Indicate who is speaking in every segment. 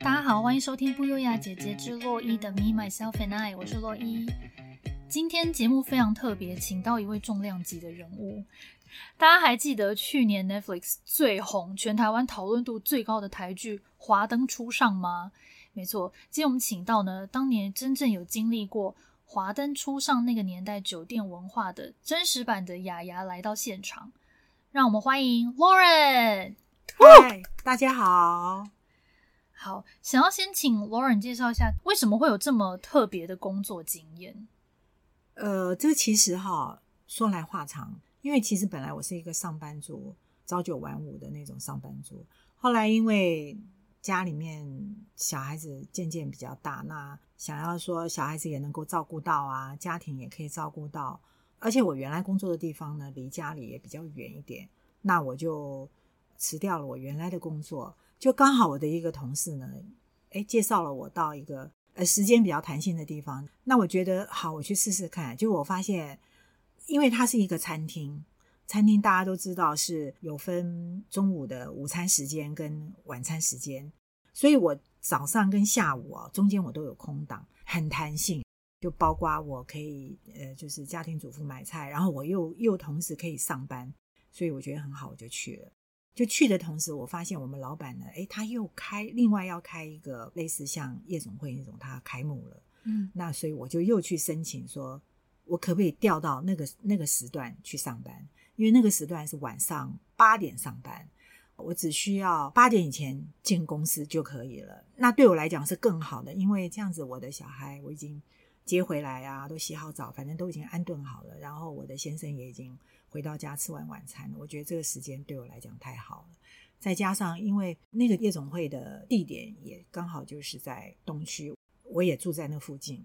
Speaker 1: 大家好，欢迎收听不优雅姐姐之洛伊的 Me Myself and I，我是洛伊。今天节目非常特别，请到一位重量级的人物。大家还记得去年 Netflix 最红、全台湾讨论度最高的台剧《华灯初上》吗？没错，今天我们请到呢，当年真正有经历过《华灯初上》那个年代酒店文化的真实版的雅雅来到现场，让我们欢迎 Lauren。
Speaker 2: 嗨，大家好。
Speaker 1: 好，想要先请 Lauren 介绍一下，为什么会有这么特别的工作经验？
Speaker 2: 呃，这个其实哈，说来话长，因为其实本来我是一个上班族，朝九晚五的那种上班族。后来因为家里面小孩子渐渐比较大，那想要说小孩子也能够照顾到啊，家庭也可以照顾到，而且我原来工作的地方呢，离家里也比较远一点，那我就辞掉了我原来的工作，就刚好我的一个同事呢，哎，介绍了我到一个呃时间比较弹性的地方，那我觉得好，我去试试看。就我发现，因为它是一个餐厅，餐厅大家都知道是有分中午的午餐时间跟晚餐时间，所以我早上跟下午啊中间我都有空档，很弹性。就包括我可以呃，就是家庭主妇买菜，然后我又又同时可以上班，所以我觉得很好，我就去了。就去的同时，我发现我们老板呢，诶，他又开另外要开一个类似像夜总会那种，他开幕了。
Speaker 1: 嗯，
Speaker 2: 那所以我就又去申请说，我可不可以调到那个那个时段去上班？因为那个时段是晚上八点上班，我只需要八点以前进公司就可以了。那对我来讲是更好的，因为这样子我的小孩我已经接回来啊，都洗好澡，反正都已经安顿好了。然后我的先生也已经回到家吃完晚餐了，我觉得这个时间对我来讲太好了。再加上，因为那个夜总会的地点也刚好就是在东区，我也住在那附近，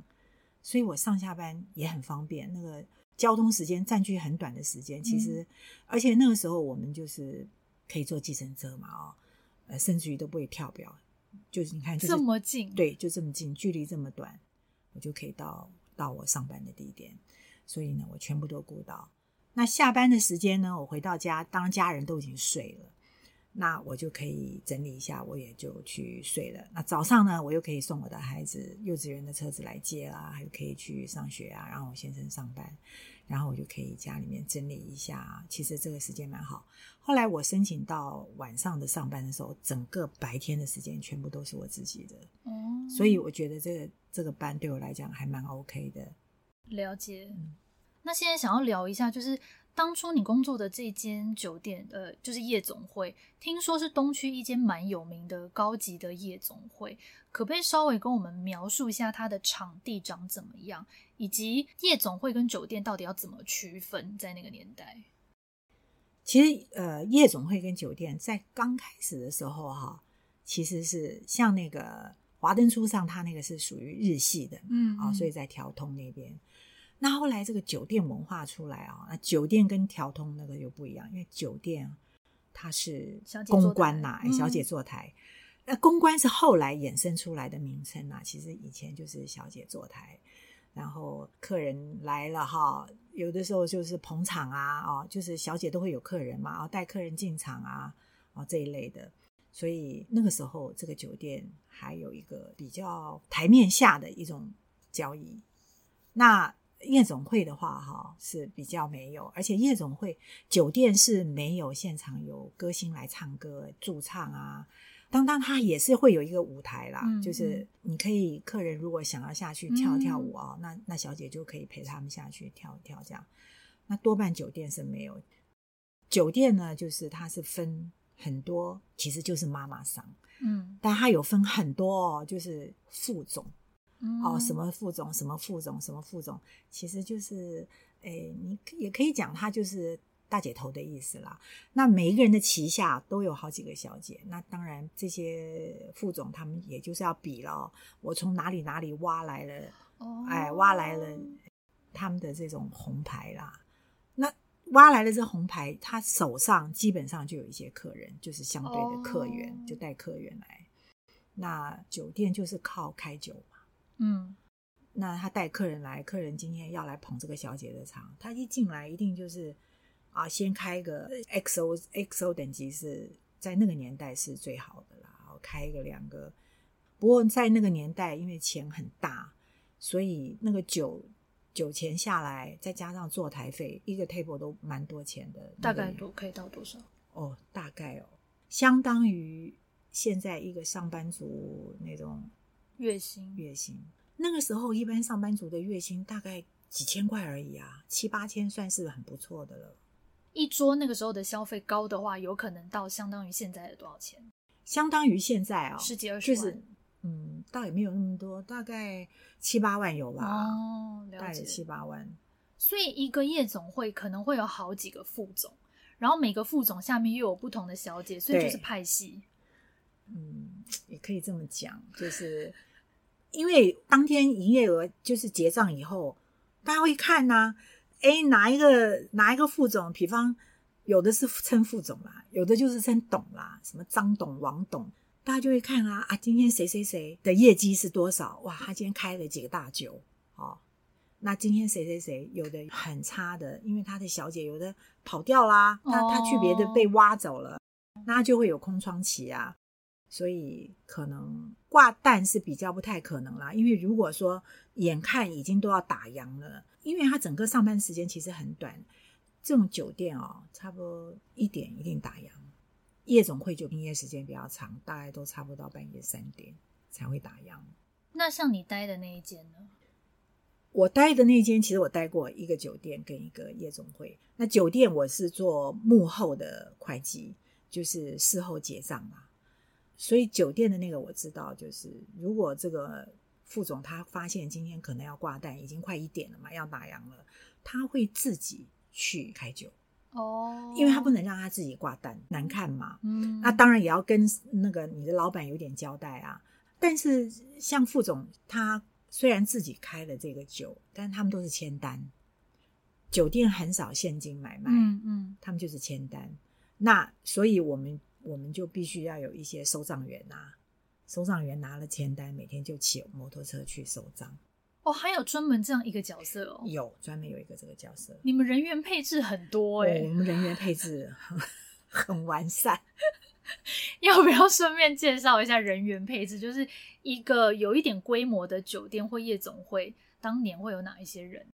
Speaker 2: 所以我上下班也很方便。那个交通时间占据很短的时间，其实、而且那个时候我们就是可以坐计程车嘛，哦，呃，甚至于都不会跳表，就是你看，就是
Speaker 1: 这么近，，
Speaker 2: 对，就这么近，距离这么短，我就可以到到我上班的地点。所以呢，我全部都顾到。那下班的时间呢，我回到家，当家人都已经睡了，那我就可以整理一下，我也就去睡了。那早上呢，我又可以送我的孩子幼稚园的车子来接啊，还有可以去上学啊，然后我先生上班，然后我就可以家里面整理一下啊。其实这个时间蛮好。后来我申请到晚上的上班的时候，整个白天的时间全部都是我自己的。
Speaker 1: 哦，
Speaker 2: 所以我觉得这个这个班对我来讲还蛮 OK 的。
Speaker 1: 了解。
Speaker 2: 嗯
Speaker 1: 那现在想要聊一下，就是当初你工作的这间酒店，呃，就是夜总会，听说是东区一间蛮有名的高级的夜总会，可不可以稍微跟我们描述一下它的场地长怎么样，以及夜总会跟酒店到底要怎么区分在那个年代？
Speaker 2: 其实呃，夜总会跟酒店在刚开始的时候哈、其实是像那个华灯初上，它那个是属于日系的
Speaker 1: 嗯
Speaker 2: 啊、所以在调通那边。那后来这个酒店文化出来啊、那酒店跟调通那个又不一样，因为酒店它是
Speaker 1: 小姐坐台
Speaker 2: 公关呐、哎
Speaker 1: 嗯
Speaker 2: 小姐坐台。那公关是后来衍生出来的名称呐、其实以前就是小姐坐台，然后客人来了哈，有的时候就是捧场啊，哦，就是小姐都会有客人嘛，哦，带客人进场啊，哦这一类的。所以那个时候，这个酒店还有一个比较台面下的一种交易。那夜总会的话，哈是比较没有，而且夜总会酒店是没有现场有歌星来唱歌驻唱啊。当当它也是会有一个舞台啦，
Speaker 1: 嗯
Speaker 2: 就是你可以客人如果想要下去跳一跳舞啊、那那小姐就可以陪他们下去跳一跳这样。那多半酒店是没有，酒店呢就是它是分很多，其实就是妈妈桑，
Speaker 1: 嗯，
Speaker 2: 但它有分很多哦，就是副总。
Speaker 1: 嗯
Speaker 2: 哦，什么副总，什么副总，什么副总，其实就是，诶，你可也可以讲他就是大姐头的意思啦。那每一个人的旗下都有好几个小姐，那当然这些副总他们也就是要比了哦，我从哪里哪里挖来了，
Speaker 1: 哦
Speaker 2: 哎，挖来了他们的这种红牌啦。那挖来了这红牌，他手上基本上就有一些客人，就是相对的客源，
Speaker 1: 哦
Speaker 2: 就带客源来。那酒店就是靠开酒嘛。
Speaker 1: 嗯，
Speaker 2: 那他带客人来，客人今天要来捧这个小姐的场，他一进来一定就是啊，先开一个 XO 哦 XO 等级是在那个年代是最好的啦，然后开一个两个。不过在那个年代，因为钱很大，所以那个酒酒钱下来，再加上坐台费，一个 table 都蛮多钱的。
Speaker 1: 大概多可以到多少？
Speaker 2: 哦，大概哦，相当于现在一个上班族那种
Speaker 1: 月薪
Speaker 2: 月薪。那个时候，一般上班族的月薪大概几千块而已啊，七八千算是很不错的了。
Speaker 1: 一桌那个时候的消费高的话，有可能到相当于现在的多少钱？
Speaker 2: 相当于现在啊、哦，
Speaker 1: 十几二十
Speaker 2: 就
Speaker 1: 万。
Speaker 2: 是嗯，倒也没有那么多，大概七八万有吧，
Speaker 1: 哦，
Speaker 2: 大
Speaker 1: 了
Speaker 2: 概有
Speaker 1: 解。
Speaker 2: 七八万。
Speaker 1: 所以一个夜总会可能会有好几个副总，然后每个副总下面又有不同的小姐，所以
Speaker 2: 对
Speaker 1: 就是派系。
Speaker 2: 嗯，也可以这么讲，就是因为当天营业额就是结账以后，大家会看呐、诶哎，哪一个哪一个副总，比方有的是称副总啦，有的就是称董啦，什么张董、王董，大家就会看啊啊，今天谁谁谁的业绩是多少？哇，他今天开了几个大酒，哦。那今天谁谁谁有的很差的，因为他的小姐有的跑掉啦，他他去别的被挖走了，那就会有空窗期啊。所以可能挂蛋是比较不太可能啦，因为如果说眼看已经都要打烊了，因为他整个上班时间其实很短，这种酒店哦，差不多一点一定打烊，夜总会就营业时间比较长，大概都差不多到半夜三点才会打烊。
Speaker 1: 那像你待的那一间呢？
Speaker 2: 我待的那间，其实我待过一个酒店跟一个夜总会。那酒店我是做幕后的会计，就是事后结账嘛。所以酒店的那个我知道，就是如果这个副总他发现今天可能要挂单，已经快一点了嘛，要打烊了，他会自己去开酒，
Speaker 1: 哦，
Speaker 2: 因为他不，能让他自己挂单，难看嘛。
Speaker 1: 嗯，
Speaker 2: 那当然也要跟那个你的老板有点交代啊。但是像副总，他虽然自己开了这个酒，但他们都是签单，酒店很少现金买卖，
Speaker 1: 嗯嗯，
Speaker 2: 他们就是签单。那所以我们我们就必须要有一些收账员啊，收账员拿了签单，每天就骑摩托车去收账，
Speaker 1: 哦，还有专门这样一个角色哦。嗯
Speaker 2: 有专门有一个这个角色。
Speaker 1: 你们人员配置很多
Speaker 2: 我
Speaker 1: 哎、
Speaker 2: 们人员配置 很很完善，
Speaker 1: 要不要顺便介绍一下人员配置？就是一个有一点规模的酒店或夜总会，当年会有哪一些人？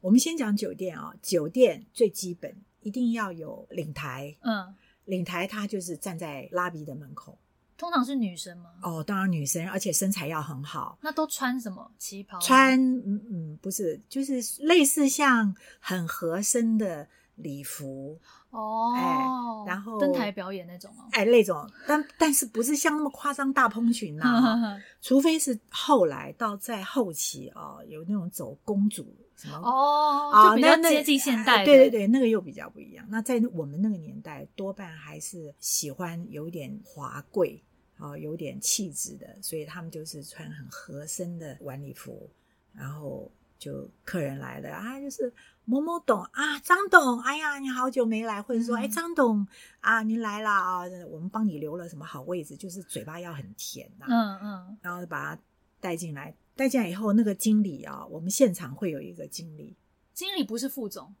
Speaker 2: 我们先讲酒店啊、酒店最基本一定要有领台，
Speaker 1: 嗯，
Speaker 2: 领台它就是站在拉比的门口
Speaker 1: 通常是女生吗？
Speaker 2: 哦，当然女生，而且身材要很好，
Speaker 1: 那都穿什么旗袍？
Speaker 2: 穿嗯嗯不是，就是类似像很合身的礼服，
Speaker 1: 哦，
Speaker 2: 哎然后
Speaker 1: 登台表演那种 哦。
Speaker 2: 哎那种，但但是不是像那么夸张大蓬裙 呐、除非是后来到在后期哦，有那种走公主什么
Speaker 1: 哦，
Speaker 2: 啊，
Speaker 1: 就比较
Speaker 2: 那那
Speaker 1: 接近现代的、
Speaker 2: 哎对对对，那个又比较不一样。那在我们那个年代，多半还是喜欢有点华贵啊、有点气质的，所以他们就是穿很合身的晚礼服，然后就客人来了啊，就是某某董啊，张董，哎呀，你好久没来，或者说、
Speaker 1: 嗯
Speaker 2: 哎，张董啊，您来了啊，我们帮你留了什么好位置，就是嘴巴要很甜呐、
Speaker 1: 嗯嗯，
Speaker 2: 然后把他带进来。带进来以后，那个经理啊，我们现场会有一个经理，
Speaker 1: 经理不是副总，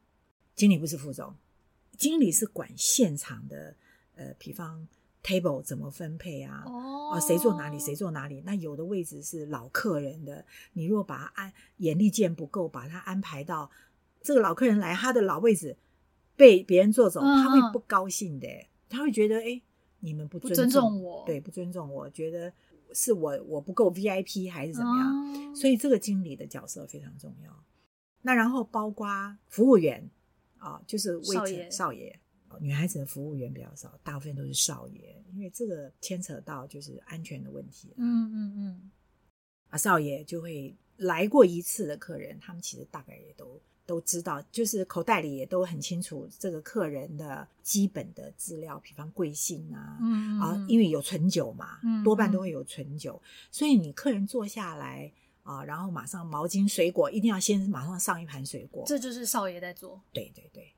Speaker 2: 经理不是副总，经理是管现场的，呃，比方 table 怎么分配啊，
Speaker 1: 哦，
Speaker 2: 啊，谁坐哪里，谁坐哪里。那有的位置是老客人的，你若把他安眼力见不够，把他安排到这个老客人来，他的老位置被别人坐走，
Speaker 1: 嗯
Speaker 2: 他会
Speaker 1: 嗯
Speaker 2: 不高兴的，他会觉得哎，诶你们不
Speaker 1: 不
Speaker 2: 尊
Speaker 1: 尊
Speaker 2: 重
Speaker 1: 重我
Speaker 2: 对，不尊重我，觉得是我我不够 VIP
Speaker 1: 哦
Speaker 2: 还是怎么样？
Speaker 1: 样
Speaker 2: 所以这个经理的角色非常重要。那然后包括服务员啊，就是位
Speaker 1: 少
Speaker 2: 置
Speaker 1: 爷
Speaker 2: 少爷，啊女孩子的服务员比较少，大部分都是少爷，因为这个牵扯到就是安全的问题
Speaker 1: 嗯嗯嗯，
Speaker 2: 啊。少爷就会来过一次的客人，他们其实大概也都都知道，就是口袋里也都很清楚这个客人的基本的资料，比方贵姓啊，
Speaker 1: 嗯
Speaker 2: 啊
Speaker 1: 嗯，
Speaker 2: 因为有存酒嘛，
Speaker 1: 嗯
Speaker 2: 多半都会有存酒，所以你客人坐下来啊，然后马上毛巾、水果一定要先马上上一盘水果。
Speaker 1: 这就是少爷在做，
Speaker 2: 对对对，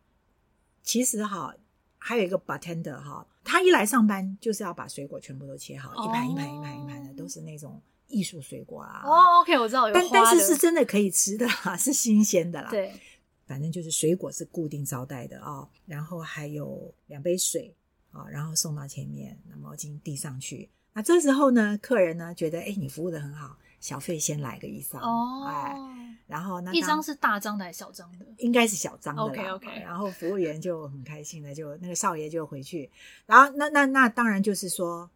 Speaker 2: 其实哈，还有一个 bartender 哈，他一来上班就是要把水果全部都切好，
Speaker 1: 哦
Speaker 2: 一盘一盘一盘一盘的，都是那种艺术水果啊。
Speaker 1: 哦，OK，我知道有
Speaker 2: 但
Speaker 1: 花
Speaker 2: 但是
Speaker 1: 的
Speaker 2: 是啊真的可以吃的啦，是新鲜的啦。，
Speaker 1: 对，
Speaker 2: 反正就是水果是固定招待的啊、然后还有两杯水啊、然后送到前面，那毛巾递上去，那这时候呢，客人呢觉得，哎，你服务的很好，小费先来个一张，
Speaker 1: 哦，
Speaker 2: 哎，然后那
Speaker 1: 一张
Speaker 2: 当
Speaker 1: 是大张的还是小张的？
Speaker 2: 应该是小张的啦啊
Speaker 1: OK，OK
Speaker 2: 然后服务员就很开心的，就那个少爷就回去，然后那那那当然就是说，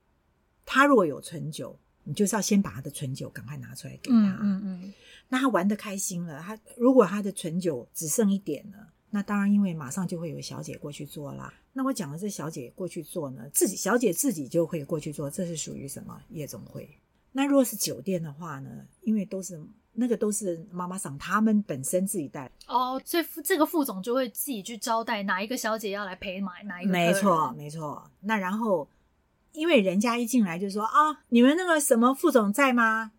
Speaker 2: 他如果有存酒，你就是要先把他的存酒赶快拿出来给他，
Speaker 1: 嗯嗯嗯，
Speaker 2: 那他玩的开心了，他如果他的存酒只剩一点了，那当然因为马上就会有小姐过去做啦。那我讲的这小姐过去做呢，自己小姐自己就会过去做，这是属于什么夜总会？那如果是酒店的话呢，因为都是那个都是妈妈桑他们本身自己带，
Speaker 1: 哦，所以副这个副总就会自己去招待哪一个小姐要来陪哪哪一个客人，
Speaker 2: 没错 没错。那然后因为人家一进来就说啊，你们那个什么副总在吗？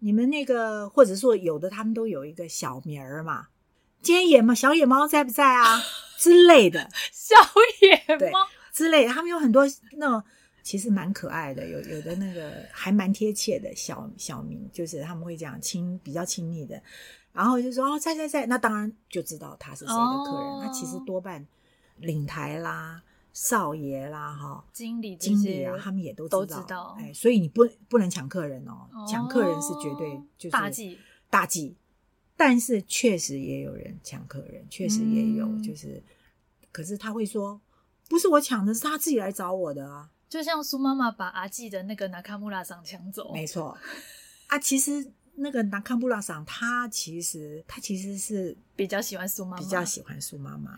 Speaker 2: 你们那个或者说有的他们都有一个小名儿嘛，今天野猫小野猫在不在啊之类的。
Speaker 1: 小野猫，
Speaker 2: 之类的，他们有很多那种其实蛮可爱的，有有的那个还蛮贴切的小小名，就是他们会讲亲比较亲密的，然后就说哦在在在，那当然就知道他是谁的客人。
Speaker 1: 哦
Speaker 2: 那其实多半领台啦、少爷啦、哈
Speaker 1: 经理这
Speaker 2: 经
Speaker 1: 些
Speaker 2: 哦理啊，他们也都
Speaker 1: 都
Speaker 2: 知道，
Speaker 1: 知道
Speaker 2: 哎，所以你不不能抢客人哦，
Speaker 1: 哦
Speaker 2: 抢客人是绝对就是
Speaker 1: 大忌，
Speaker 2: 大忌。但是确实也有人抢客人，确实也有，
Speaker 1: 嗯
Speaker 2: 就是，可是他会说，不是我抢的，是他自己来找我的啊。
Speaker 1: 就像苏妈妈把阿纪的那个纳卡穆拉桑抢走，
Speaker 2: 没错，啊，其实那个南康布拉桑，他其实他其实是
Speaker 1: 比较喜欢苏妈妈，
Speaker 2: 比较喜欢苏妈妈。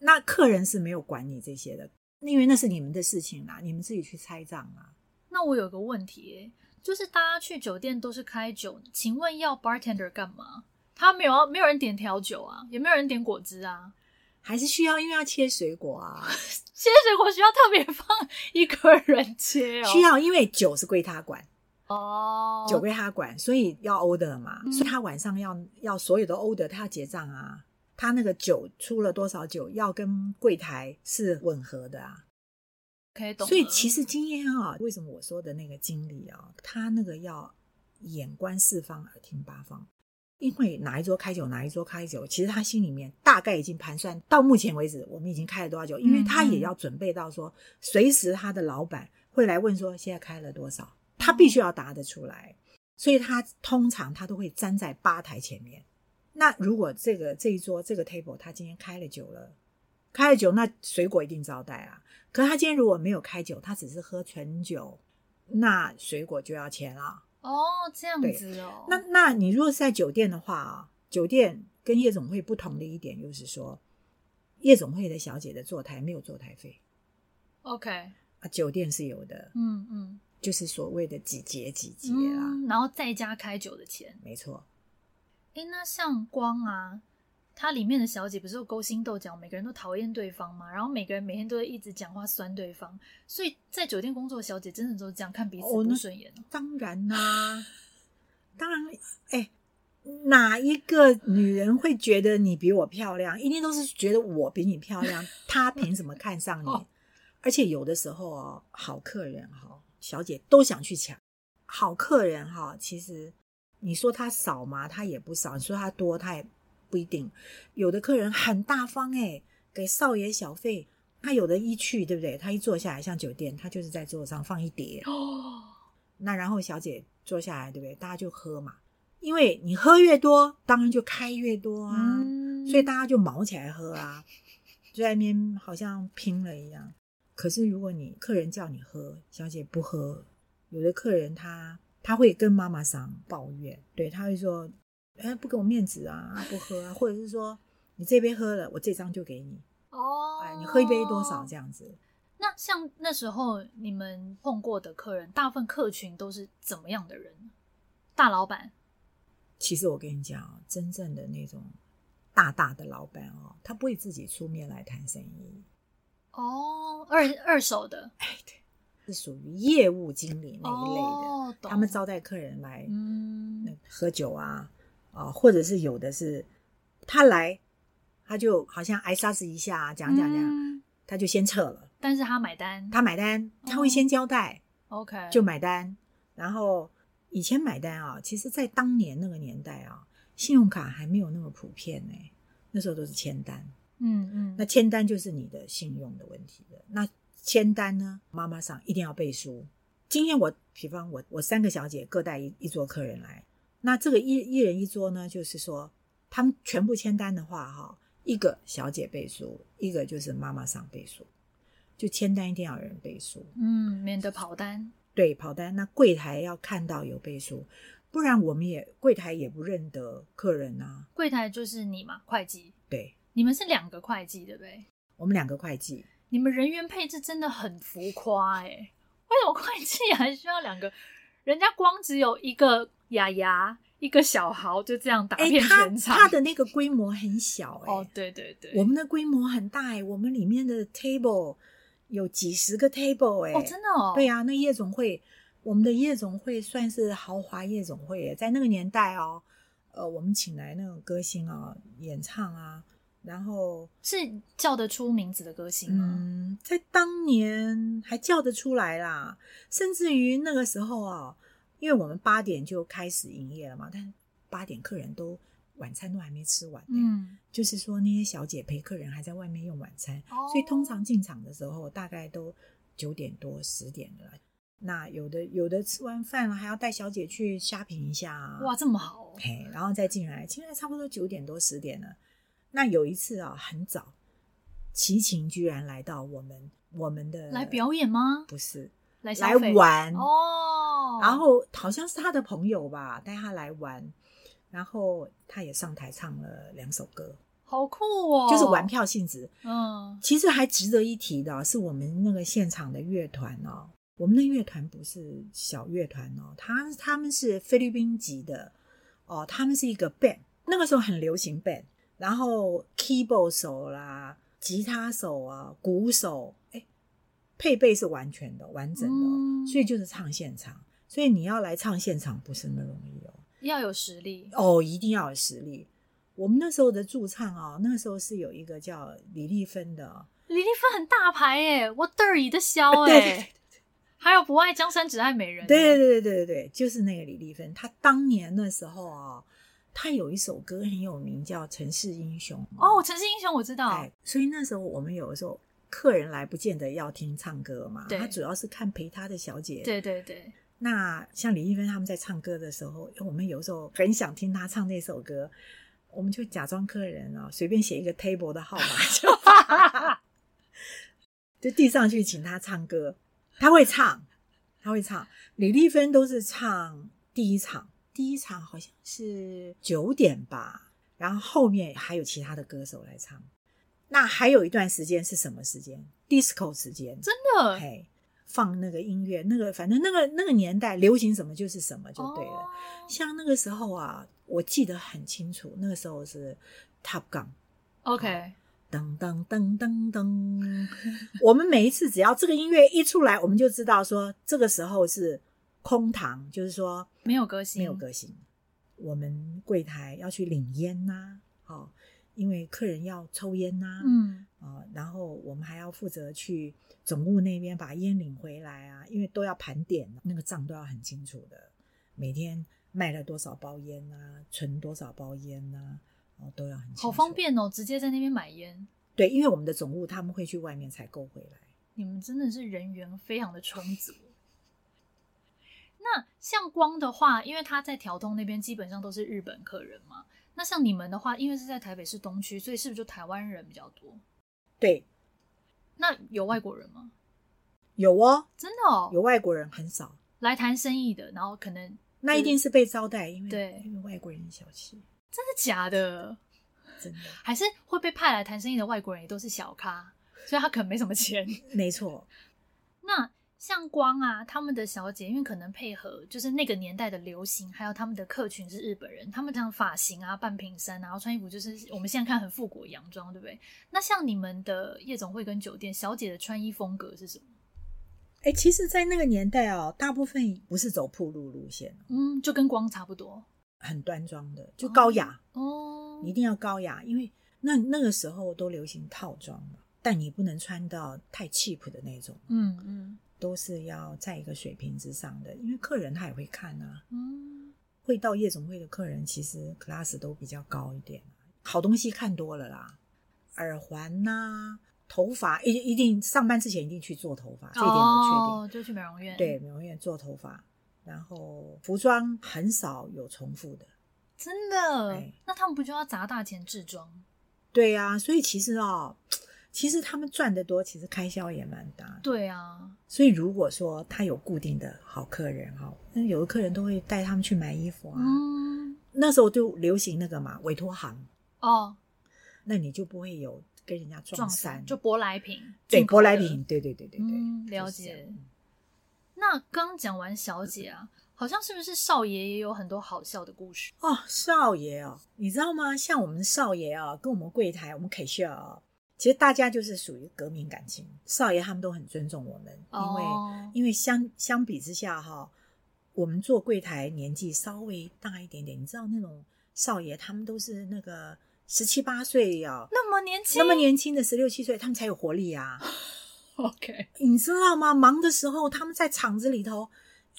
Speaker 2: 那客人是没有管你这些的，因为那是你们的事情啦，你们自己去拆账啊啦。
Speaker 1: 那我有个问题耶，就是大家去酒店都是开酒，请问要 bartender 干嘛？他没有要，没有人点调酒啊，也没有人点果汁啊。
Speaker 2: 还是需要，因为要切水果啊，
Speaker 1: 切水果需要特别放一个人切哦，
Speaker 2: 需要，因为酒是归他管，
Speaker 1: 哦，
Speaker 2: 酒归他管，所以要 order 嘛，
Speaker 1: 嗯
Speaker 2: 所以他晚上要要所有的 order，他要结账啊，他那个酒出了多少酒，要跟柜台是吻合的啊。
Speaker 1: 可以懂了。
Speaker 2: 所以其实今天啊，为什么我说的那个经理啊，他那个要眼观四方，耳听八方，因为哪一桌开酒，哪一桌开酒，其实他心里面大概已经盘算到目前为止，我们已经开了多少酒，
Speaker 1: 嗯
Speaker 2: 因为他也要准备到说，随时他的老板会来问说现在开了多少，他必须要答得出来，所以他通常他都会站在吧台前面。那如果这个这一桌这个 table 他今天开了酒了，开了酒，那水果一定招待啊。可是他今天如果没有开酒，他只是喝纯酒，那水果就要钱了。
Speaker 1: 哦这样子哦，
Speaker 2: 那那你如果是在酒店的话啊，酒店跟夜总会不同的一点就是说，夜总会的小姐的坐台没有坐台费
Speaker 1: OK，
Speaker 2: 啊，酒店是有的，
Speaker 1: 嗯嗯，
Speaker 2: 就是所谓的几节几节啦，
Speaker 1: 嗯，然后再加开酒的钱。
Speaker 2: 没错。
Speaker 1: 诶，那像光啊，它里面的小姐不是有勾心斗角，每个人都讨厌对方嘛，然后每个人每天都会一直讲话酸对方，所以在酒店工作的小姐真的都是这样看彼此
Speaker 2: 哦
Speaker 1: 不
Speaker 2: 那
Speaker 1: 顺眼哦。啊
Speaker 2: 当然啦、当然，哎，哪一个女人会觉得你比我漂亮？一定都是觉得我比你漂亮， 她凭什么看上你
Speaker 1: 哦？
Speaker 2: 而且有的时候哦，好客人哈、小姐都想去抢。好客人哈、其实你说他少嘛，他也不少；你说他多，他也不一定。有的客人很大方哎、给少爷小费。他有的一去，对不对？他一坐下来，像酒店，他就是在桌子上放一叠，
Speaker 1: 哦，
Speaker 2: 那然后小姐坐下来，对不对？大家就喝嘛，因为你喝越多，当然就开越多啊，
Speaker 1: 嗯，
Speaker 2: 所以大家就毛起来喝啊，就在那边好像拼了一样。可是如果你客人叫你喝，小姐不喝，有的客人他他会跟妈妈桑抱怨，对，他会说，哎，不给我面子啊，不喝啊，或者是说你这杯喝了，我这张就给你，
Speaker 1: 哦，
Speaker 2: 哎，你喝一杯多少这
Speaker 1: 样？
Speaker 2: 样子。
Speaker 1: 那像那时候你们碰过的客人，大部分客群都是怎么样的人？大老板
Speaker 2: 其实我跟你讲哦，真正的那种大大的老板哦，他不会自己出面来谈生意，
Speaker 1: 哦，二二手的
Speaker 2: 是属于业务经理那一类的。
Speaker 1: 哦、懂
Speaker 2: 他们招待客人来那
Speaker 1: 嗯
Speaker 2: 个喝酒啊，啊、或者是有的是他来，他就好像挨杀死一下、啊，讲讲讲，
Speaker 1: 嗯
Speaker 2: 他就先撤了。
Speaker 1: 但是他买单，
Speaker 2: 他买单，他会
Speaker 1: 哦
Speaker 2: 先交代，
Speaker 1: OK
Speaker 2: 就买单。然后以前买单啊，其实在当年那个年代啊，信用卡还没有那么普遍呢、那时候都是签单。
Speaker 1: 嗯嗯，
Speaker 2: 那签单就是你的信用的问题了。那签单呢，妈妈上一定要背书，今天我比方我我三个小姐各带一一桌客人来，那这个一一人一桌呢，就是说他们全部签单的话哈，一个小姐背书，一个就是妈妈上背书，就签单一定要有人背书，
Speaker 1: 嗯，免得跑单。
Speaker 2: 对，跑单那柜台要看到有背书，不然我们也柜台也不认得客人啊。
Speaker 1: 柜台就是你嘛，会计。
Speaker 2: 对
Speaker 1: 你们是两个会计对不对？
Speaker 2: 我们两个会计，
Speaker 1: 你们人员配置真的很浮夸哎、为什么会 计还需要两个？人家光只有一个雅雅，一个小豪，就这样打
Speaker 2: 哎，
Speaker 1: 遍
Speaker 2: 他
Speaker 1: 全场。
Speaker 2: 他的那个规模很小哎、
Speaker 1: 哦，对对对，
Speaker 2: 我们的规模很大哎、我们里面的 table 有几十个 table 哎、
Speaker 1: 哦真的哦，
Speaker 2: 对呀、那夜总会，我们的夜总会算是豪华夜总会耶，在那个年代哦，呃，我们请来那种歌星啊、演唱啊，然后
Speaker 1: 是叫得出名字的歌星吗？
Speaker 2: 嗯，在当年还叫得出来啦，甚至于那个时候啊，因为我们八点就开始营业了嘛，但八点客人都晚餐都还没吃完耶、
Speaker 1: 嗯，
Speaker 2: 就是说那些小姐陪客人还在外面用晚餐，
Speaker 1: 哦
Speaker 2: 所以通常进场的时候大概都九点多十点了。那有的有的吃完饭了还要带小姐去虾评一下啊，
Speaker 1: 哇，这么好哦，
Speaker 2: 嘿，然后再进来，进来差不多九点多十点了。那有一次啊，很早，齐秦居然来到我们我们的
Speaker 1: 来表演吗？
Speaker 2: 不是
Speaker 1: 来消
Speaker 2: 呃来
Speaker 1: 费
Speaker 2: 玩，
Speaker 1: 哦，
Speaker 2: 然后好像是他的朋友吧，带他来玩，然后他也上台唱了两首歌，
Speaker 1: 好酷哦，
Speaker 2: 就是玩，票性质。
Speaker 1: 嗯，
Speaker 2: 其实还值得一提的、啊是，我们那个现场的乐团哦，我们的乐团不是小乐团哦，他他们是菲律宾籍的哦，他们是一个 band，那个时候很流行 band，然后 keyboard 手啦、吉他手啊、鼓手，哎，配备是完全的、完整的哦、
Speaker 1: 嗯
Speaker 2: 所以就是唱现场，所以你要来唱现场不是那么容易哦。
Speaker 1: 要有实力，
Speaker 2: 哦，一定要有实力。我们那时候的驻唱哦，那个时候是有一个叫李丽芬的、哦，
Speaker 1: 李丽芬很大牌耶，我嘚儿一的肖
Speaker 2: 啊 对对对
Speaker 1: 哎，还有不爱江山只爱美人，欸
Speaker 2: 对对对对对对，就是那个李丽芬，她当年的时候啊、她有一首歌很有名，叫《城市英雄》
Speaker 1: 哦，，城市英雄我知道，
Speaker 2: 哎，所以那时候我们有的时候客人来不见得要听唱歌嘛，
Speaker 1: 对
Speaker 2: 他主要是看陪他的小姐。，
Speaker 1: 对对对，
Speaker 2: 那像李丽芬他们在唱歌的时候，我们有时候很想听她唱那首歌，我们就假装客人啊、随便写一个 table 的号码就就递上去请她唱歌，她会唱，她会唱。李丽芬都是唱第一场，第一场好像是九点吧，然后后面还有其他的歌手来唱。那还有一段时间是什么时间？disco 时间，
Speaker 1: 真的
Speaker 2: 嘿，放那个音乐，那个反正那个那个年代流行什么就是什么就对了。
Speaker 1: 哦
Speaker 2: 像那个时候啊，我记得很清楚，那个时候是 Top Gun。
Speaker 1: OK，
Speaker 2: 噔噔噔噔噔，我们每一次只要这个音乐一出来，我们就知道说这个时候是空堂，就是说
Speaker 1: 没有歌星，
Speaker 2: 没有个性。我们柜台要去领烟呐、哦，因为客人要抽烟呐、
Speaker 1: 嗯，
Speaker 2: 啊、然后我们还要负责去总务那边把烟领回来啊，因为都要盘点，那个账都要很清楚的，每天卖了多少包烟啊，存多少包烟呐、哦，都要很清楚。
Speaker 1: 好方。便哦，直接在那边买烟。
Speaker 2: 对，因为我们的总务他们会去外面采购回来。
Speaker 1: 你们真的是人员非常的充足。那像光的话，因为他在条通那边基本上都是日本客人嘛。那像你们的话，因为是在台北市东区，所以是不是就台湾人比较多？
Speaker 2: 对，
Speaker 1: 那有外国人吗？
Speaker 2: 有哦，
Speaker 1: 真的哦，
Speaker 2: 有外国人很少，
Speaker 1: 来谈生意的，然后可能
Speaker 2: 那一定是被招待，因为
Speaker 1: 对
Speaker 2: 因为外国人很小气，
Speaker 1: 真的假的，
Speaker 2: 真的。
Speaker 1: 还是会被派来谈生意的外国人也都是小咖，所以他可能没什么钱。
Speaker 2: 没错，
Speaker 1: 那像光啊，他们的小姐，因为可能配合就是那个年代的流行，还有他们的客群是日本人，他们这样发型啊、半平衫啊，然后穿衣服就是我们现在看很复古的洋装，对不对？那像你们的夜总会跟酒店小姐的穿衣风格是什么？
Speaker 2: 哎，其实，在那个年代哦，大部分不是走铺路路线，哦
Speaker 1: 嗯，就跟光差不多
Speaker 2: 很端庄的，就高雅，
Speaker 1: 哦
Speaker 2: 你一。定要高雅，因为那那个时候都流行套装嘛，但你不能穿到太 cheap 的那种，
Speaker 1: 嗯嗯
Speaker 2: 都是要在一个水平之上的，因为客人他也会看啊，
Speaker 1: 嗯，
Speaker 2: 会到夜总会的客人其实啊 class 都比较高一点，好东西看多了啦，耳环呐、头发一一定上班之前一定去做头发，这一点我确定。
Speaker 1: 哦，就去美容院。
Speaker 2: 对，，美容院做头发，然后服装很少有重复的。
Speaker 1: 真的
Speaker 2: 哎。
Speaker 1: 那他们不就要砸大钱置装？
Speaker 2: 对啊，所以其实哦，其实他们赚得多，其实开销也蛮大的。
Speaker 1: 对啊，
Speaker 2: 所以如果说他有固定的好客人哈、那有的客人都会带他们去买衣服啊。
Speaker 1: 嗯，
Speaker 2: 那时候就流行那个嘛，委托行，
Speaker 1: 哦，
Speaker 2: 那你就不会有跟人家
Speaker 1: 撞
Speaker 2: 撞
Speaker 1: 衫
Speaker 2: 衫，
Speaker 1: 就舶来品，
Speaker 2: 对
Speaker 1: 进口的
Speaker 2: 舶来品，。对对对对对，
Speaker 1: 嗯
Speaker 2: 就是
Speaker 1: 了
Speaker 2: 这
Speaker 1: 解
Speaker 2: 样
Speaker 1: 那刚讲完小姐啊，好像是不是少爷也有很多好笑的故事？
Speaker 2: 哦，少爷哦，你知道吗？像我们少爷啊、跟我们柜台，我们 K 秀啊，其实大家就是属于革命感情。少爷他们都很尊重我们，因为、
Speaker 1: 哦
Speaker 2: 因为相相比之下哈、我们做柜台年纪稍微大一点点，你知道那种少爷他们都是那个十七八岁啊，
Speaker 1: 那么年轻，
Speaker 2: 那么年轻的十六七岁，他们才有活力啊，
Speaker 1: OK，
Speaker 2: 你知道吗？忙的时候他们在厂子里头。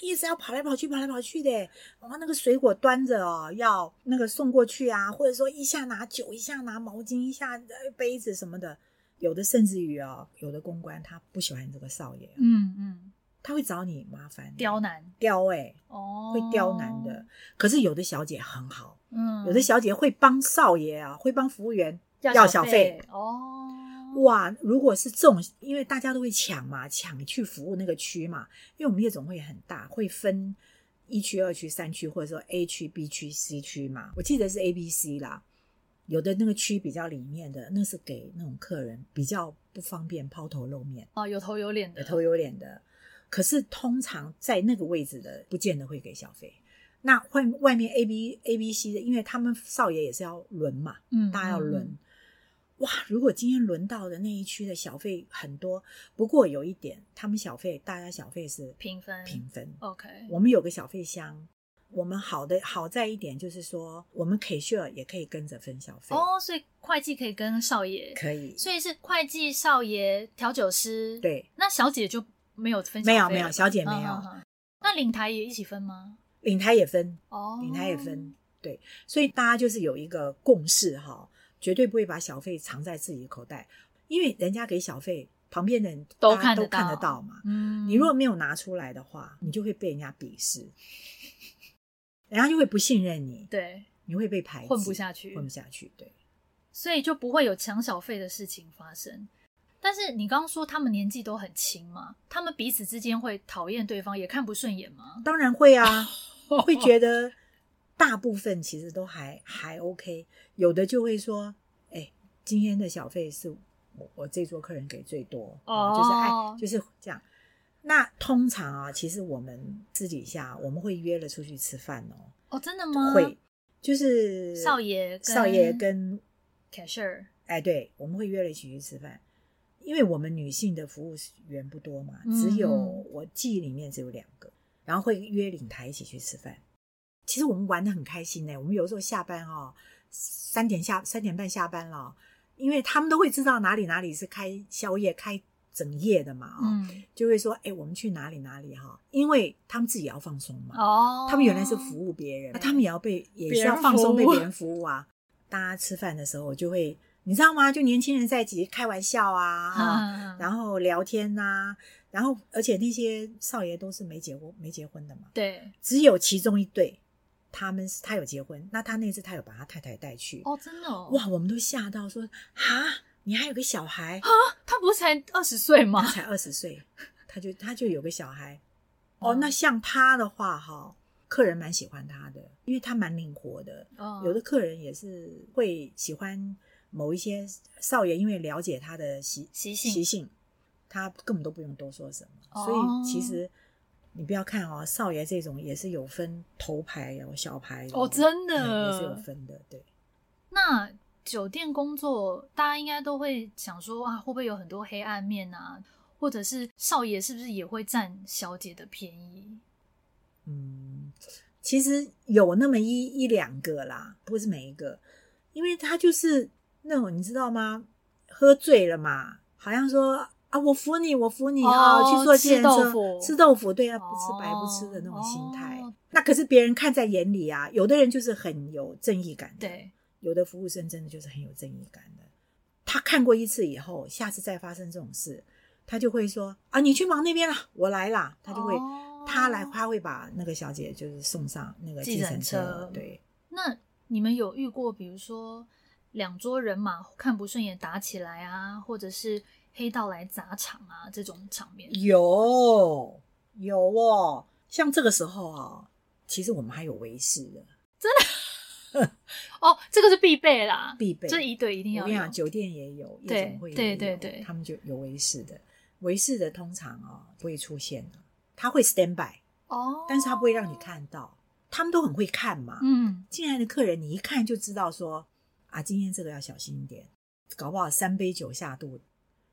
Speaker 2: 一直要跑来跑去，跑来跑去的，然后那个水果端着哦，要那个送过去啊，或者说一下拿酒，一下拿毛巾，一下呃杯子什么的，有的甚至于哦，有的公关他不喜欢这个少爷，啊
Speaker 1: 嗯嗯，
Speaker 2: 他会找你麻烦，
Speaker 1: 刁难
Speaker 2: 刁哎、
Speaker 1: 哦，
Speaker 2: 会刁难的。，可是有的小姐很好，
Speaker 1: 嗯，
Speaker 2: 有的小姐会帮少爷啊，会帮服务员
Speaker 1: 要
Speaker 2: 小
Speaker 1: 费哦，
Speaker 2: 哇，如果是这种，因为大家都会抢嘛，抢去服务那个区嘛，因为我们夜总会很大，会分一区、二区、三区，或者说 A 区、B 区、C 区嘛。我记得是 A、B、C 啦。有的那个区比较里面的，那是给那种客人比较不方便抛头露面、
Speaker 1: 哦，有头有脸的
Speaker 2: 有头有脸的。可是通常在那个位置的，不见得会给小费。那外外面 A、B、A、B、C 的，因为他们少爷也是要轮嘛，
Speaker 1: 嗯，
Speaker 2: 大家要轮
Speaker 1: 嗯。
Speaker 2: 哇，如果今天轮到的那一区的小费很多，不过有一点，他们小费大家小费是
Speaker 1: 评分哦
Speaker 2: 平分。
Speaker 1: OK，
Speaker 2: 我们有个小费箱，我们好的好在一点就是说，我们 K 社也可以跟着分小费，
Speaker 1: 哦，所以会计可以跟少爷，
Speaker 2: 可以。
Speaker 1: 所以是会计、少爷、调酒师，，
Speaker 2: 对，
Speaker 1: 那小姐就没有分小
Speaker 2: 没
Speaker 1: 费
Speaker 2: 有
Speaker 1: 了，
Speaker 2: 没有，小姐
Speaker 1: 姐
Speaker 2: 没有，
Speaker 1: 嗯那领台也一起分吗？
Speaker 2: 领台也分，
Speaker 1: 哦，
Speaker 2: 领台也分，对，所以大家就是有一个共识哈，绝对不会把小费藏在自己的口袋，因为人家给小费，旁边的人
Speaker 1: 都
Speaker 2: 大家
Speaker 1: 看得
Speaker 2: 都看得
Speaker 1: 到
Speaker 2: 到嘛，
Speaker 1: 嗯，
Speaker 2: 你如果没有拿出来的话，你就会被人家鄙视， 人家就会不信任你，
Speaker 1: 对
Speaker 2: 你会被排挤，
Speaker 1: 混不下去
Speaker 2: 混不下去。对，
Speaker 1: 所以就不会有抢小费的事情发生。但是你刚刚说他们年纪都很轻嘛，他们彼此之间会讨厌对方，也看不顺眼吗？
Speaker 2: 当然会 啊，会觉得大部分其实都还还 OK，有的就会说，哎，今天的小费是我我这桌客人给最多，
Speaker 1: 哦
Speaker 2: 就是哎，就是这样。那通常啊，其实我们私底下我们会约了出去吃饭哦，
Speaker 1: 哦，真的吗？
Speaker 2: 会就是
Speaker 1: 少爷跟
Speaker 2: 少爷跟
Speaker 1: cashier，
Speaker 2: 哎，对，我们会约了一起去吃饭，因为我们女性的服务员不多嘛，
Speaker 1: 嗯
Speaker 2: 只有
Speaker 1: 嗯
Speaker 2: 我记忆里面只有两个，然后会约领台一起去吃饭。其实我们玩的很开心呢、我们有时候下班哦，三点下三点半下班了，因为他们都会知道哪里哪里是开宵夜、开整夜的嘛、哦，
Speaker 1: 嗯，
Speaker 2: 就会说，哎，我们去哪里哪里哈、因为他们自己也要放松嘛，
Speaker 1: 哦，
Speaker 2: 他们原来是服务别人，
Speaker 1: 对
Speaker 2: 啊他们也要被也
Speaker 1: 别
Speaker 2: 是
Speaker 1: 人
Speaker 2: 要放松被
Speaker 1: 服务
Speaker 2: 别人服务啊。大家吃饭的时候就会，你知道吗？就年轻人在一起开玩笑啊，哈
Speaker 1: 啊，
Speaker 2: 然后聊天呐、然后而且那些少爷都是没结婚没结婚的嘛，
Speaker 1: 对，
Speaker 2: 只有其中一对，他们是他有结婚，那他那次他有把他太太带去，
Speaker 1: 哦，真的、哦，，
Speaker 2: 哇，我们都吓到说哈，你还有个小孩，
Speaker 1: 他不是才二十岁吗
Speaker 2: 他？才二十岁，他就他就有个小孩。哦，
Speaker 1: 嗯
Speaker 2: 那像他的话哈，客人蛮喜欢他的，因为他蛮灵活的。
Speaker 1: 哦
Speaker 2: 有的客人也是会喜欢某一些少爷，因为了解他的习
Speaker 1: 习性
Speaker 2: 习性，他根本都不用多说什么。
Speaker 1: 哦
Speaker 2: 所以其实你不要看哦，少爷这种也是有分头牌有小牌的
Speaker 1: 哦，真
Speaker 2: 嗯也是有
Speaker 1: 的。
Speaker 2: 分的，对。
Speaker 1: 那酒店工作，大家应该都会想说啊，会不会有很多黑暗面啊？或者是少爷是不是也会占小姐的便宜？
Speaker 2: 嗯，其实有那么一一两个啦，不是每一个，因为他就是那种你知道吗？喝醉了嘛，好像说啊，我扶你，我扶你
Speaker 1: 哦
Speaker 2: 啊、去坐
Speaker 1: 吃
Speaker 2: 计程
Speaker 1: 豆
Speaker 2: 车
Speaker 1: 腐
Speaker 2: 吃豆腐，对啊，
Speaker 1: 哦
Speaker 2: 不吃白不吃的那种心态。
Speaker 1: 哦
Speaker 2: 那可是别人看在眼里啊，有的人就是很有正义感的，
Speaker 1: 对，
Speaker 2: 有的服务生真的就是很有正义感的。他看过一次以后，下次再发生这种事，他就会说啊，你去忙那边啦，我来啦。他就会、
Speaker 1: 哦
Speaker 2: 他来，他会把那个小姐就是送上那个
Speaker 1: 计
Speaker 2: 计程
Speaker 1: 程车
Speaker 2: 对，
Speaker 1: 那你们有遇过，比如说两桌人马看不顺眼打起来啊，或者是黑道来砸场啊这种场面？
Speaker 2: 嗯有有哦，像这个时候啊，其实我们还有维士的
Speaker 1: 哦，这个是必备啦，
Speaker 2: 必备，
Speaker 1: 这一对一定
Speaker 2: 我
Speaker 1: 要
Speaker 2: 跟你
Speaker 1: 有
Speaker 2: 讲，。酒店也有，
Speaker 1: 对
Speaker 2: 夜总会也有，
Speaker 1: 对对对
Speaker 2: 他们就有维士的，维士的通常啊、不会出现的，他会 stand by，
Speaker 1: 哦，
Speaker 2: 但是他不会让你。看到，他们都很会看嘛。
Speaker 1: 嗯，
Speaker 2: 进来的客人你一看就知道说啊，今天这个要小心一点，搞不好三杯酒下肚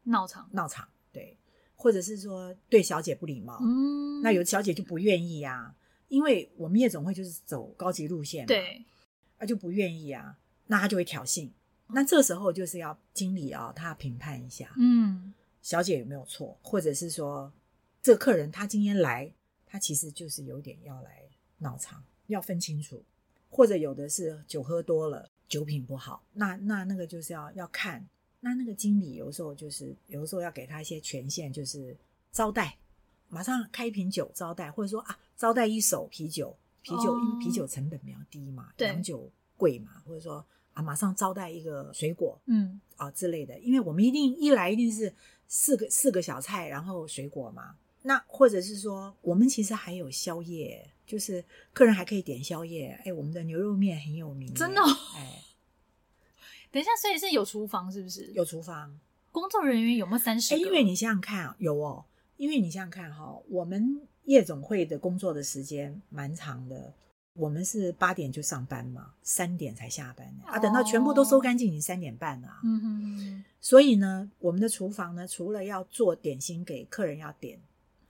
Speaker 1: 闹场。
Speaker 2: 闹场，对，或者是说对小姐不礼貌，
Speaker 1: 嗯，
Speaker 2: 那有的小姐就不愿意啊，因为我们夜总会就是走高级路线嘛，
Speaker 1: 对，
Speaker 2: 他就不愿意啊，那他就会挑衅。那这时候就是要经理啊，他评判一下
Speaker 1: 嗯，
Speaker 2: 小姐有没有错，或者是说这个客人他今天来，他其实就是有点要来闹场，要分清楚。或者有的是酒喝多了，酒品不好，那那那个就是要要看。那那个经理有时候就是有时候要给他一些权限，就是招待，马上开一瓶酒招待，或者说啊招待一手啤酒，啤酒、
Speaker 1: 哦
Speaker 2: 因为啤酒成本比较低嘛，
Speaker 1: 对
Speaker 2: 洋酒贵嘛，或者说啊马上招待一个水果，
Speaker 1: 嗯，
Speaker 2: 啊之类的，因为我们一定一来一定是四个四个小菜，然后水果嘛。那或者是说，我们其实还有宵夜，就是客人还可以点宵夜。哎，我们的牛肉面很有名耶，
Speaker 1: 真的哦
Speaker 2: 哎，
Speaker 1: 等一下，所以是有厨房是不是？
Speaker 2: 有厨 房。
Speaker 1: 工作人员有没有三十
Speaker 2: 哎，
Speaker 1: 个？
Speaker 2: 因为你想想看啊，有哦，因为你想想看哈、我们夜总会的工作的时间蛮长的，我们是八点就上班嘛，三点才下班呢啊，等到全
Speaker 1: 哦
Speaker 2: 部都收干净，已经三点半了啊。
Speaker 1: 嗯哼哼哼，
Speaker 2: 所以呢，我们的厨房呢，除了要做点心给客人要点，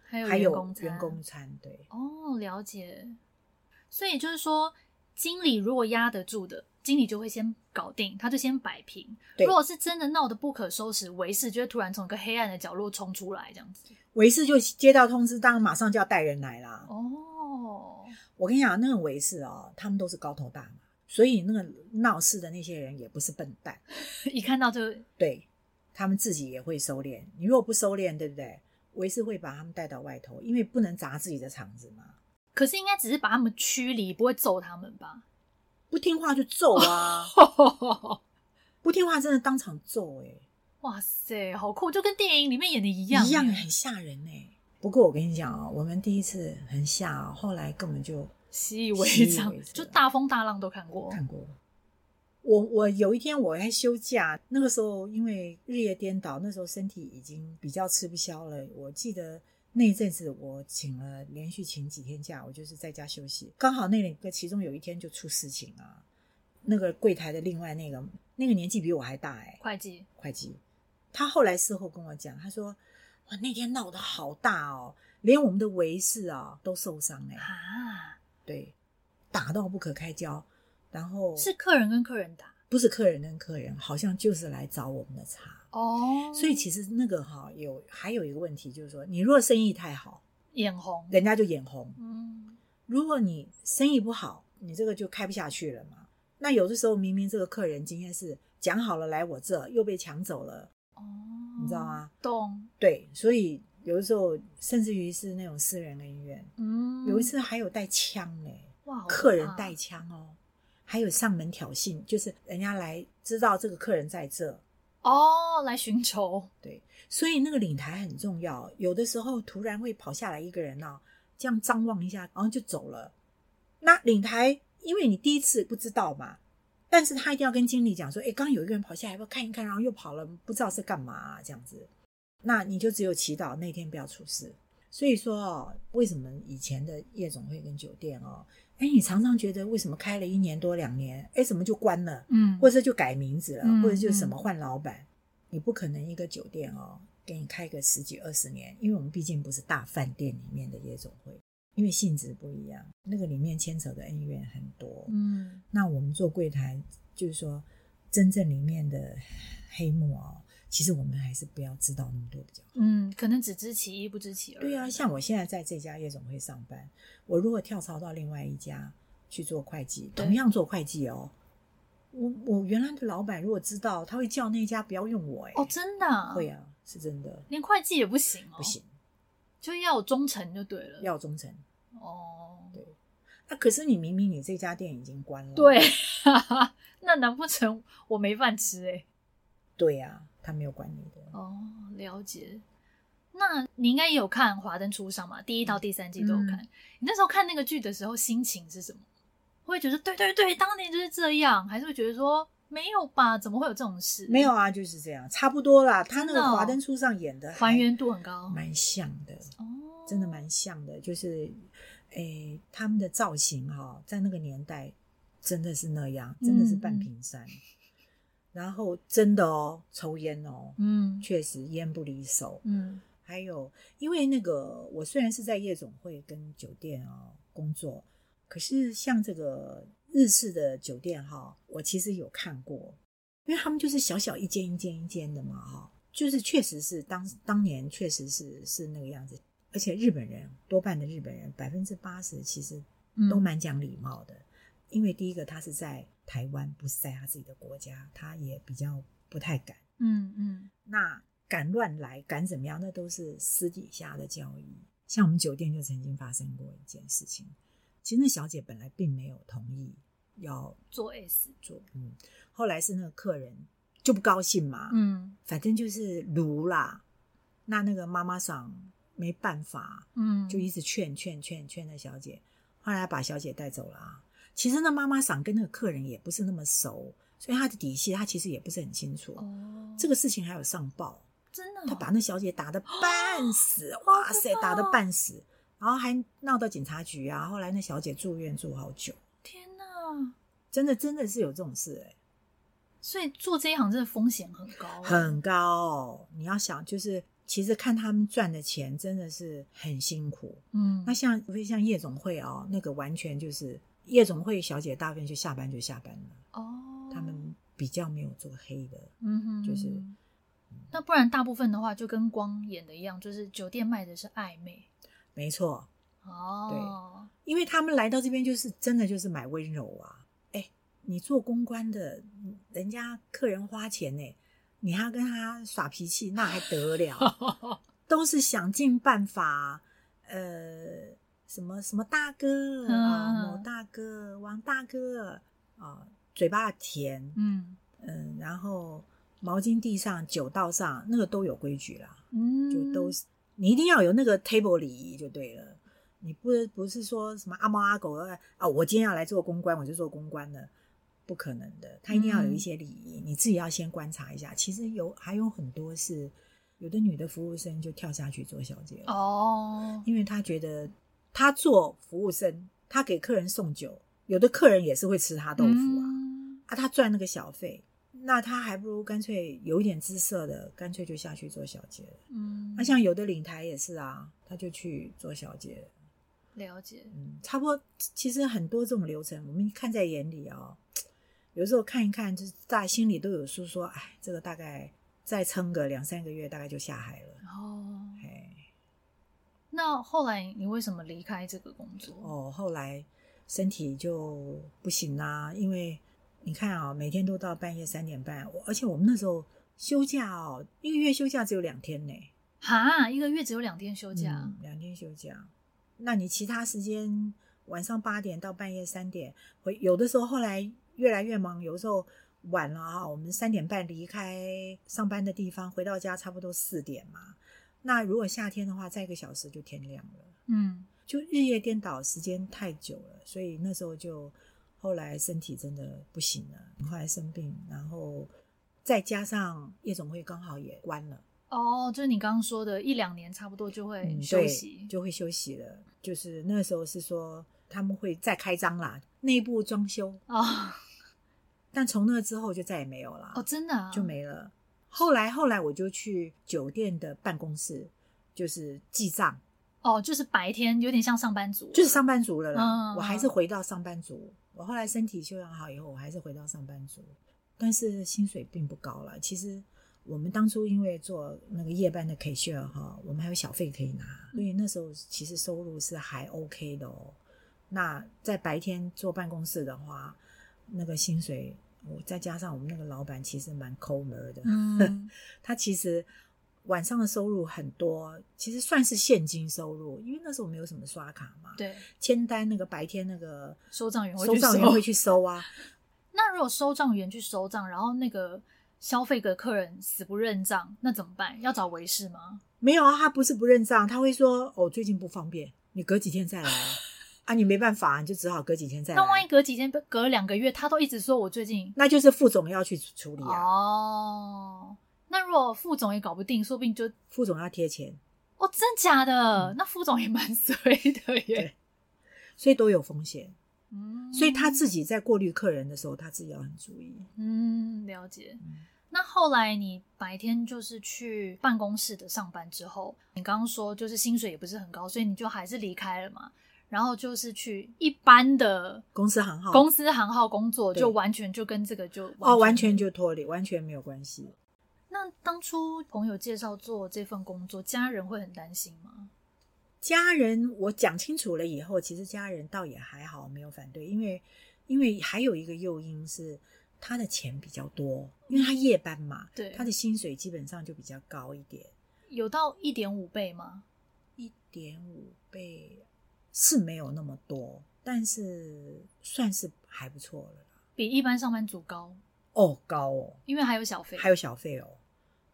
Speaker 1: 还有
Speaker 2: 还
Speaker 1: 员
Speaker 2: 有
Speaker 1: 工餐
Speaker 2: 员工餐，对，
Speaker 1: 哦，了解。所以就是说，经理如果压得住的，经理就会先搞定，他就先摆平。
Speaker 2: 对
Speaker 1: 如果是真的闹得不可收拾，维士就会突然从一个黑暗的角落冲出来，这样子。
Speaker 2: 维士就接到通知，当然马上就要带人来啦。
Speaker 1: 哦，
Speaker 2: 我跟你讲，那个维士哦，他们都是高头大马，所以那个闹事的那些人也不是笨蛋，
Speaker 1: 一看到就
Speaker 2: 对他们自己也会收敛。你如果不收敛，对不对？维士会把他们带到外头，因为不能砸自己的场子嘛。
Speaker 1: 可是应该只是把他们驱离，不会揍他们吧？
Speaker 2: 不听话就揍 啊！不听话真的当场揍哎、
Speaker 1: 哇塞，好酷，就跟电影里面演的一样耶，
Speaker 2: 一样欸很吓人呢、不过我跟你讲啊、我们第一次很吓、哦，后来根本就
Speaker 1: 习以为
Speaker 2: 习以
Speaker 1: 常
Speaker 2: 为，常
Speaker 1: 就大风大浪都看过。
Speaker 2: 看过。我我有一天我还休假，那个时候因为日夜颠倒，那时候身体已经比较吃不消了。我记得那一阵子我请了连续请几天假，我就是在家休息。刚好那两个其中有一天就出事情啊，那个柜台的另外那个那个年纪比我还大哎、
Speaker 1: 会计，
Speaker 2: 会计，他后来事后跟我讲，他说：“哇，那天闹得好大哦，连我们的维士啊都受伤哎、
Speaker 1: 啊，
Speaker 2: 对，打到不可开交。然后
Speaker 1: 是客人跟客人打
Speaker 2: 不是客人跟客人，好像就是来找我们的茬。
Speaker 1: 哦，
Speaker 2: 所以其实那个哈、有还有一个问题就是说，你如果生意太好，
Speaker 1: 眼红，
Speaker 2: 人家就眼红；
Speaker 1: 嗯，
Speaker 2: 如果你生意不好，你这个就开不下去了嘛。那有的时候明明这个客人今天是讲好了来我这，又被抢走了。”
Speaker 1: 哦，
Speaker 2: 你知道吗？
Speaker 1: 懂，
Speaker 2: 对，所以有的时候甚至于是那种私人恩怨，
Speaker 1: 嗯，
Speaker 2: 有一次还有带枪嘞、
Speaker 1: 哇，好可怕
Speaker 2: 客人带枪哦，还有上门挑衅，就是人家来知道这个客人在这，
Speaker 1: 哦，来寻仇，
Speaker 2: 所以那个领台很重要。有的时候突然会跑下来一个人啊，这样张望一下，然后就走了。那领台，因为你第一次不知道嘛，但是他一定要跟经理讲说：“哎，刚刚有一个人跑下来，要不要看一看？”然后又跑了，不知道是干嘛啊、这样子。那你就只有祈祷那天不要出事。所以说哦，为什么以前的夜总会跟酒店哦，哎，你常常觉得为什么开了一年多两年，哎，怎么就关了？
Speaker 1: 嗯，
Speaker 2: 或者就改名字了，
Speaker 1: 嗯
Speaker 2: 或者就什么换老板，你不可能一个酒店哦，给你开个十几二十年，因为我们毕竟不是大饭店里面的夜总会，因为性质不一样，那个里面牵扯的恩怨很多。
Speaker 1: 嗯，
Speaker 2: 那我们做柜台，就是说真正里面的黑幕哦，其实我们还是不要知道那么多比较好。
Speaker 1: 嗯，可能只知其一不知其二，
Speaker 2: 对啊，像我现在在这家夜总会上班，我如果跳槽到另外一家去做会计，
Speaker 1: 对
Speaker 2: 同样做会计哦，我我原来的老板如果知道，他会叫那家不要用我哎、
Speaker 1: 哦，真的、啊、
Speaker 2: 会啊，是真的，
Speaker 1: 连会计也不行哦，
Speaker 2: 不，行，
Speaker 1: 就要有忠诚就对了。
Speaker 2: 要有忠诚。
Speaker 1: 哦，
Speaker 2: 对啊，可是你明明你这家店已经关了，
Speaker 1: 对， 那难不成我没饭吃哎、
Speaker 2: 对呀、他没有管你的。
Speaker 1: 哦，了解。那你应该也有看《华灯初上》嘛？第一到第三季都有看。
Speaker 2: 嗯
Speaker 1: 你那时候看那个剧的时候，心情是什么？会觉得对对对，当年就是这样，还是会觉得说没有吧？怎么会有这种事？
Speaker 2: 没有啊，就是这样，差不多啦。他那
Speaker 1: 真
Speaker 2: 个
Speaker 1: 的哦
Speaker 2: 《华灯初上》演的
Speaker 1: 还原度很高
Speaker 2: 蛮像的，
Speaker 1: 哦，
Speaker 2: 真的蛮像的。就是，诶，他们的造型哈、在那个年代真的是那样，真的是半屏山。然后真的哦，抽烟哦，
Speaker 1: 嗯
Speaker 2: 确实烟不离手。
Speaker 1: 嗯
Speaker 2: 还有，因为那个我虽然是在夜总会跟酒店哦工作，可是像这个日式的酒店哈、我其实有看过，因为他们就是小小一间一间一间的嘛哈、就是确实是当当年确实是是那个样子，而且日本人多半的日本人百分之八十其实
Speaker 1: 嗯，
Speaker 2: 都蛮讲礼貌的，因为第一个他是在台湾，不是在他自己的国家，他也比较不太敢。
Speaker 1: 嗯嗯
Speaker 2: 那敢乱来、敢怎么样，那都是私底下的交易。像我们酒店就曾经发生过一件事情，其实那小姐本来并没有同意要
Speaker 1: 做 S，
Speaker 2: 做，嗯，后来是那个客人就不高兴嘛，
Speaker 1: 嗯
Speaker 2: 反正就是撸啦。那那个妈妈桑没办法，
Speaker 1: 嗯，
Speaker 2: 就一直劝劝劝劝那小姐，后来把小姐带走了啊。其实那妈妈桑跟那个客人也不是那么熟，所以她的底细她其实也不是很清楚。
Speaker 1: 哦，
Speaker 2: 这个事情还有上报，
Speaker 1: 真的哦、
Speaker 2: 他把那小姐打得半死，哇塞，打得半死，然后还闹到警察局啊。后来那小姐住院住好久，
Speaker 1: 天哪！
Speaker 2: 真的真的是有这种事哎、
Speaker 1: 所以做这一行真的风险很高，
Speaker 2: 很高哦、你要想，就是其实看他们赚的钱真的是很辛苦。
Speaker 1: 嗯，
Speaker 2: 那像不像夜总会哦，那个完全就是夜总会小姐大部分就下班就下班了，
Speaker 1: 哦，
Speaker 2: 他们比较没有做黑的。
Speaker 1: 嗯哼，
Speaker 2: 就是
Speaker 1: 那不然大部分的话就跟光演的一样，就是酒店卖的是暧昧
Speaker 2: 没错，
Speaker 1: 哦，
Speaker 2: 因为他们来到这边就是真的就是买温柔啊。哎，你做公关的，人家客人花钱呢、你还要跟他耍脾气，那还得了？ 都是想尽办法，呃，什么什么大哥啊，
Speaker 1: 嗯
Speaker 2: 某大哥、王大哥啊，嘴巴甜，
Speaker 1: 嗯
Speaker 2: 嗯，然后毛巾地上、酒道上，那个都有规矩啦。
Speaker 1: 嗯，
Speaker 2: 就都是你一定要有那个 table 礼仪就对了。你不不是说什么阿猫阿狗啊、啊我今天要来做公关，我就做公关了，不可能的。他一定要
Speaker 1: 嗯
Speaker 2: 有一些礼仪，你自己要先观察一下。其实有还有很多是有的女的服务生就跳下去做小姐了，
Speaker 1: 哦，
Speaker 2: 因为她觉得她做服务生，她给客人送酒，有的客人也是会吃她豆腐啊。
Speaker 1: 嗯
Speaker 2: 啊，她赚那个小费，那她还不如干脆有一点姿色的，干脆就下去做小姐了。
Speaker 1: 嗯，
Speaker 2: 那啊像有的领台也是啊，他就去做小姐，
Speaker 1: 了解，
Speaker 2: 嗯，差不多。其实很多这种流程，我们看在眼里哦，有时候看一看，就是大家心里都有数，说，哎，这个大概再撑个两三个月，大概就下海了。
Speaker 1: 哦，
Speaker 2: 哎，
Speaker 1: 那后来你为什么离开这个工作？
Speaker 2: 哦，后来身体就不行啦、因为你看啊、每天都到半夜三点半，我而且我们那时候休假哦，一个月休假只有两天呢、
Speaker 1: 哈，一个月只有两天休假
Speaker 2: 嗯，两天休假。那你其他时间晚上八点到半夜三点，回有的时候后来越来越忙，有时候晚了哈，我们三点半离开上班的地方，回到家差不多四点嘛。那如果夏天的话，再一个小时就天亮了，
Speaker 1: 嗯，
Speaker 2: 就日夜颠倒，时间太久了，所以那时候就后来身体真的不行了，后来生病，然后再加上夜总会刚好也关了。
Speaker 1: 哦，就是你刚刚说的，一两年差不多就会
Speaker 2: 嗯
Speaker 1: 休
Speaker 2: 对
Speaker 1: 息，
Speaker 2: 就会休息了。就是那时候是说他们会再开张啦，内部装修，
Speaker 1: 哦
Speaker 2: 但从那之后就再也没有啦，
Speaker 1: 哦，真的啊
Speaker 2: 就没了。后来后来我就去酒店的办公室，就是记账，
Speaker 1: 哦，就是白天有点像上班族，
Speaker 2: 就是上班族了啦。
Speaker 1: 嗯
Speaker 2: 我还是回到上班族。我后来身体休养好以后，我还是回到上班族，但是薪水并不高了。其实我们当初因为做那个夜班的 cashier 哈，我们还有小费可以拿，
Speaker 1: 嗯
Speaker 2: 所以那时候其实收入是还 OK 的哦。那在白天做办公室的话，那个薪水我再加上我们那个老板其实蛮抠门儿的，
Speaker 1: 嗯，
Speaker 2: 他其实晚上的收入很多，其实算是现金收入，因为那时候没有什么刷卡嘛。，
Speaker 1: 对，
Speaker 2: 签单那个白天那个
Speaker 1: 收账员会去
Speaker 2: 收账员会去收啊，
Speaker 1: 那如果收账员去收账，然后那个消费的客人死不认账，那怎么办？要找维士吗？
Speaker 2: 没有啊，他不是不认账，他会说哦最近不方便，你隔几天再 来啊，啊你没办法，你就只好隔几天再来。啊
Speaker 1: 那万一隔几天、隔两个月，他都一直说我最近
Speaker 2: 那就是副总要去处理啊，
Speaker 1: 哦，那如果副总也搞不定，说不定就
Speaker 2: 副总要贴钱，
Speaker 1: 哦，真假的？那副总也蛮 衰的耶
Speaker 2: 嗯对。所以都有风险，
Speaker 1: 嗯，
Speaker 2: 所以他自己在过滤客人的时候，他自己要很注意。
Speaker 1: 嗯了解
Speaker 2: 嗯。
Speaker 1: 那后来你白天就是去办公室的上班之后，你刚刚说就是薪水也不是很高，所以你就还是离开了嘛。然后就是去一般的
Speaker 2: 公司行号
Speaker 1: 公司行号工作，
Speaker 2: 对
Speaker 1: 就完全就跟这个就
Speaker 2: 哦，完全就脱离，完全没有关系。
Speaker 1: 那当初朋友介绍做这份工作，家人会很担心吗？
Speaker 2: 家人，我讲清楚了以后，其实家人倒也还好，没有反对，因为因为还有一个诱因是他的钱比较多，因为他夜班嘛，
Speaker 1: 对
Speaker 2: 他的薪水基本上就比较高一点，
Speaker 1: 有到一点五倍吗？
Speaker 2: 一点五倍是没有那么多，但是算是还不错了啦。
Speaker 1: 比一般上班族高，
Speaker 2: 哦，高哦，
Speaker 1: 因为还有小费。
Speaker 2: 还有小费哦，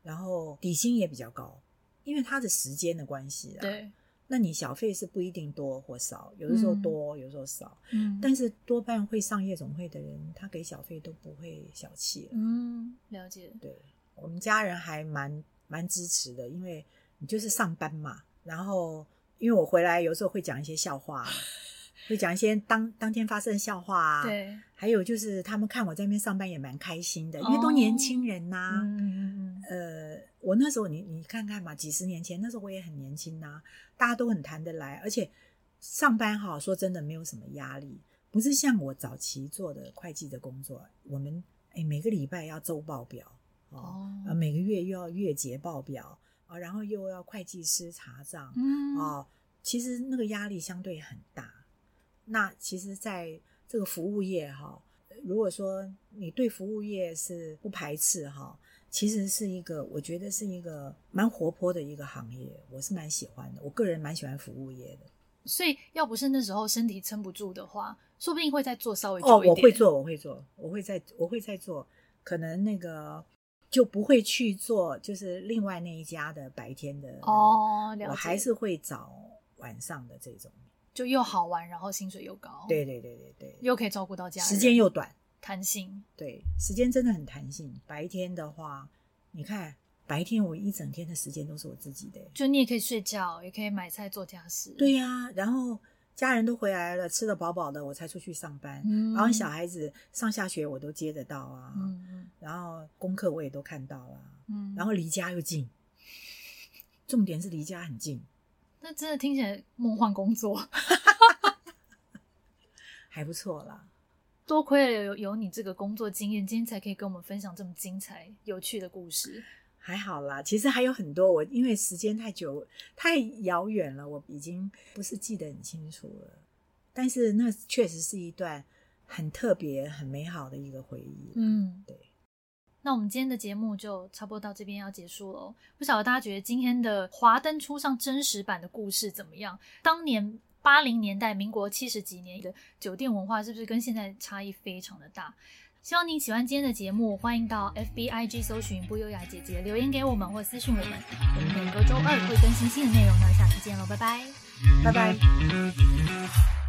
Speaker 2: 然后底薪也比较高，因为他的时间的关系啊。。
Speaker 1: 对，
Speaker 2: 那你小费是不一定多或少，有的时候多，有的时候少。
Speaker 1: 嗯，
Speaker 2: 但是多半会上夜总会的人，他给小费都不会小气了。
Speaker 1: 嗯，了解。
Speaker 2: 对我们家人还蛮蛮支持的，因为你就是上班嘛。然后因为我回来有时候会讲一些笑话，会讲一些当当天发生的笑话啊。，
Speaker 1: 对，
Speaker 2: 还有就是他们看我在那边上班也蛮开心的，因为
Speaker 1: 哦
Speaker 2: 都年轻人呐、
Speaker 1: 嗯嗯嗯
Speaker 2: 呃，我那时候你你看看嘛，几十年前那时候我也很年轻呐、大家都很谈得来，而且上班哈，说真的没有什么压力，不是像我早期做的会计的工作，我们哎每个礼拜要周报表哦，
Speaker 1: 哦
Speaker 2: 呃每个月又要月结报表啊、然后又要会计师查账
Speaker 1: 嗯，
Speaker 2: 哦，其实那个压力相对很大。那其实，在这个服务业哈、呃如果说你对服务业是不排斥哈、其实是一个我觉得是一个蛮活泼的一个行业，我是蛮喜欢的。我个人蛮喜欢服务业的。
Speaker 1: 所以要不是那时候身体撑不住的话，说不定会再做稍微
Speaker 2: 哦，
Speaker 1: 久一点。
Speaker 2: 我会，做，我会做，我会在，我会在做，可能那个就不会去做，就是另外那一家的白天的那个，
Speaker 1: 哦，了解。
Speaker 2: 我还是会找晚上的这种。
Speaker 1: 就又好玩，然后薪水又高，，
Speaker 2: 对对对对对，
Speaker 1: 又可以照顾到哦家人，
Speaker 2: 时间又短。
Speaker 1: 弹性，
Speaker 2: 对，时间真的很弹性。白天的话，你看白天我一整天的时间都是我自己的。
Speaker 1: 就你也可以睡觉，也可以买菜做家事。
Speaker 2: 对呀、然后家人都回来了，吃的饱饱的，我才出去上班。
Speaker 1: 嗯，
Speaker 2: 然后小孩子上下学我都接得到啊，
Speaker 1: 嗯，嗯
Speaker 2: 然后功课我也都看到啦、
Speaker 1: 嗯，
Speaker 2: 然后离家又近，重点是离家很近，
Speaker 1: 那真的听起来梦幻工作，
Speaker 2: 还不错啦。
Speaker 1: 多亏了有有你这个工作经验，今天才可以跟我们分享这么精彩有趣的故事。
Speaker 2: 还好啦，其实还有很多我因为时间太久太遥远了，我已经不是记得很清楚了。但是那确实是一段很特别、很美好的一个回忆。
Speaker 1: 嗯，
Speaker 2: 对。
Speaker 1: 那我们今天的节目就差不多到这边要结束了。不晓得大家觉得今天的《华灯初上》真实版的故事怎么样？当年八零年代，民国七十几年的酒店文化是不是跟现在差异非常的大？希望您喜欢今天的节目，欢迎到 FBIG 搜寻“不优雅姐姐”留言给我们或私讯我们。我们每隔周二会更新新的内容，那下次见喽，拜拜。
Speaker 2: 拜拜。